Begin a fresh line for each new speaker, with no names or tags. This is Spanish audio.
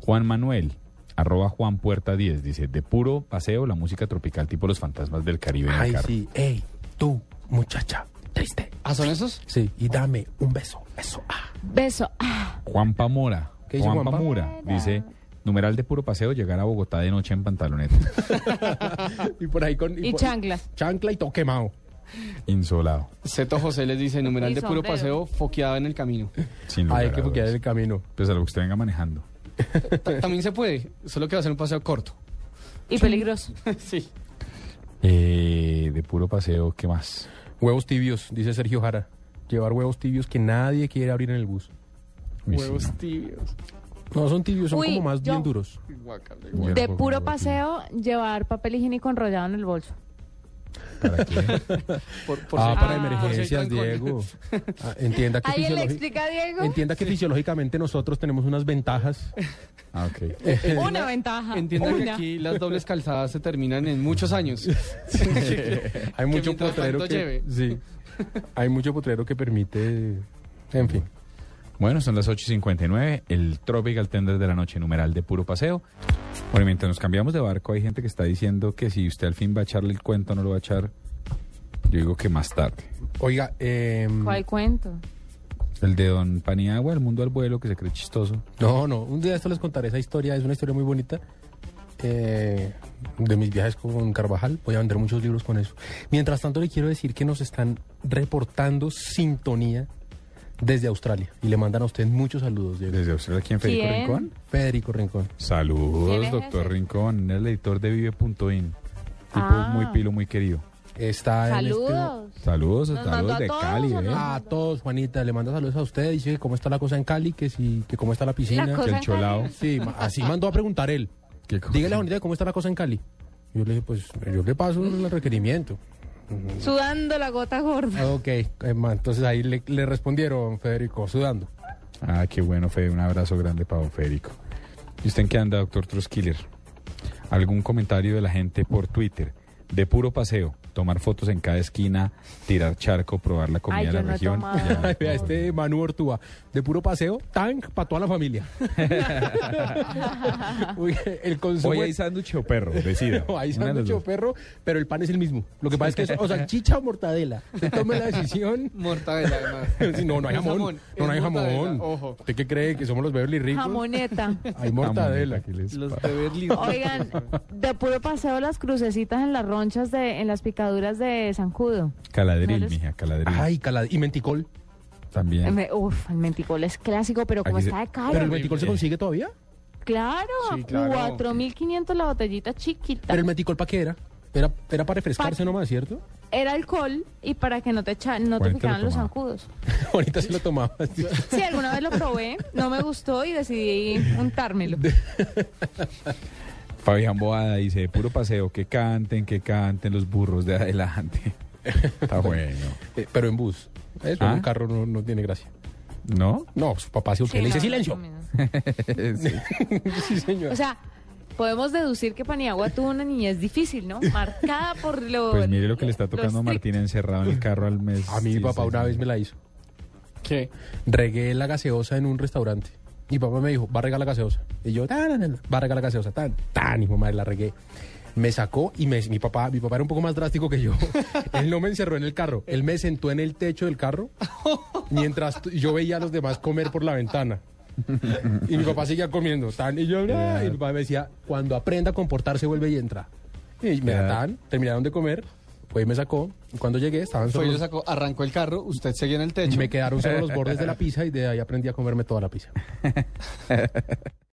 Juan Manuel, arroba Juan Puerta 10, dice, de puro paseo la música tropical tipo los fantasmas del Caribe. en el
Ay,
carro".
sí. Ey, tú, muchacha, triste.
¿Ah, son esos?
Sí, y dame un beso. Eso. Ah.
Beso. Ah,
Juanpa Mora,
¿Qué dice
Juanpa
Juanpa?
Mura, dice, numeral de puro paseo, llegar a Bogotá de noche en pantaloneta,
Y por ahí con.
y
por-
chanclas.
Chancla y todo quemado.
insolado,
Zeto José les dice, numeral
Y
de puro
sombrero.
paseo, foqueada en el camino.
sin lugar
Hay que
a
porque
dudas.
el camino.
Pues a lo que usted venga manejando.
Ta- También se puede, solo que va a ser un paseo corto.
Y peligroso.
sí.
Eh, de puro paseo, ¿qué más?
Huevos tibios, dice Sergio Jara. Llevar huevos tibios que nadie quiere abrir en el bus.
Uy, sí,
Huevos
no.
tibios.
No son tibios, son
Uy,
como más
yo-
bien duros.
Guácala.
Yo no
De
puedo
puro
con
paseo, llevar papel higiénico enrollado en el bolso.
¿Para qué?
Por, por
ah, para
ser-
Ah.
por ser
emergencias,
tan coño.
Diego. Ah, entienda que,
¿Alguien le
fisiologi-
explica a Diego?
entienda que fisiológicamente nosotros tenemos unas ventajas.
Ah, ok.
Una ventaja.
Entiendan que
Ah, Una.
aquí las dobles calzadas se terminan en muchos años.
Hay mucho
mientras
potrero
tanto
que
lleve.
sí. Hay mucho potrero que permite en fin.
Bueno, son las 8.59, el Tropical Tender de la noche, numeral de puro paseo. Bueno, mientras nos cambiamos de barco, hay gente que está diciendo que si usted al fin va a echarle el cuento, no lo va a echar. Yo digo que más tarde.
Oiga, eh,
¿Cuál cuento?
El de Don Paniagua, el mundo al vuelo, que se cree chistoso.
no, no, un día de esto les contaré esa historia, es una historia muy bonita. eh, de mis viajes con Carvajal, voy a vender muchos libros con eso. Mientras tanto, le quiero decir que nos están reportando sintonía desde Australia y le mandan a usted muchos saludos, Diego.
Desde Australia, ¿quién? Federico
¿Quién?
Rincón.
Federico Rincón.
¿Quién
Saludos,
es
doctor
ese?
Rincón, el editor de Vive.in. Tipo
Ah.
muy pilo, muy querido.
Está en este-
Saludos.
Saludos,
Nos mandó
saludos
a
de
todos,
Cali,
¿o
¿eh?
no?
A todos, Juanita, le mando saludos a usted, dice que cómo está la cosa en Cali, que si, que cómo está la piscina.
La
Que
cosa
el cholao.
está
Sí, ma- así mandó a preguntar él.
Qué cosa.
Dígale a Juanita cómo está la cosa en Cali. Yo le dije, pues yo le paso el requerimiento.
bien. Sudando la gota gorda.
Ah, Ok, eh, ma, entonces ahí le, le respondieron, Federico, sudando.
Ah, qué bueno, Fede. Un abrazo grande para don Federico. ¿Y usted en qué anda, doctor Troskiller? ¿Algún comentario de la gente por Twitter? De puro paseo, tomar fotos en cada esquina, tirar charco, probar la comida
Ay,
de
yo
la
no he
región.
tomado.
Ya,
Ay, vea,
no.
este Manu Ortúa, de puro paseo, tank para toda la familia. Uy, el consumo...
Hoy hay
es-
sándwich o perro, decida.
no, hay
Una de las
sándwich o
dos.
perro, pero el pan es el mismo. Lo que pasa es que es o salchicha o mortadela. Se toma la decisión.
Mortadela, además.
Sí, no, no hay
Es
jamón. no, no
es
hay
mortadela,
jamón.
Ojo.
¿Usted qué cree? ¿Que somos los Beverly ricos?
Jamoneta.
Hay
Ah,
mortadela.
moneta, ¿qué les
Los
pasa?
de Berlín.
Oigan, de puro paseo las crucecitas en las ronchas de, en las picaduras de Zancudo.
Caladril,
No les-
mija, caladril.
Ay, calada. Y menticol.
También.
Me- Uf, el menticol es clásico, pero como
Aquí se-
está de caro.
¿Pero el menticol se consigue todavía?
Claro,
Sí, claro.
4.500 la botellita chiquita.
¿Pero el menticol para qué era? Era, era para refrescarse
Pa-
nomás, ¿cierto?
Era alcohol y para que no te, echa- no te
Cuéntelo,
picaran los
este tomaba.
zancudos.
Ahorita se lo tomabas.
Sí, alguna vez lo probé, no me gustó y decidí untármelo.
Fabián Boada dice, de puro paseo, que canten, que canten los burros de adelante. Está bueno.
Eh, pero en bus. Eso
Ah.
en un carro no, no tiene gracia.
¿No?
No, su papá se
Sí,
usted le
no,
dice
no
silencio.
recomiendo.
Sí.
sí, señor.
O sea, podemos deducir que Paniagua tuvo una niñez difícil, ¿no? Marcada por lo...
Pues mire lo que le está
lo
tocando a
estricto.
Martín encerrado en el carro al mes.
a mí mi
Sí,
papá
sí,
una
sí.
vez me la hizo.
¿Qué?
Regué la gaseosa en un restaurante. Mi papá me dijo, va a regar la gaseosa. Y yo, tan, tan, tan, va a regar la gaseosa. Tan, tan, hijo de madre, la regué. Me sacó y me- mi, papá, mi papá era un poco más drástico que yo. él no me encerró en el carro. Él me sentó en el techo del carro mientras t- yo veía a los demás comer por la ventana. Y mi papá seguía comiendo. Tan, y yo, "Ah", y mi papá me decía, cuando aprenda a comportarse, vuelve y entra. Y me
Claro.
tan, terminaron de comer. Fue y me sacó. Y cuando llegué, estaban
Fue y
solos.
lo sacó, arrancó el carro, usted seguía en el techo.
Me quedaron solo los bordes de la pizza y de ahí aprendí a comerme toda la pizza.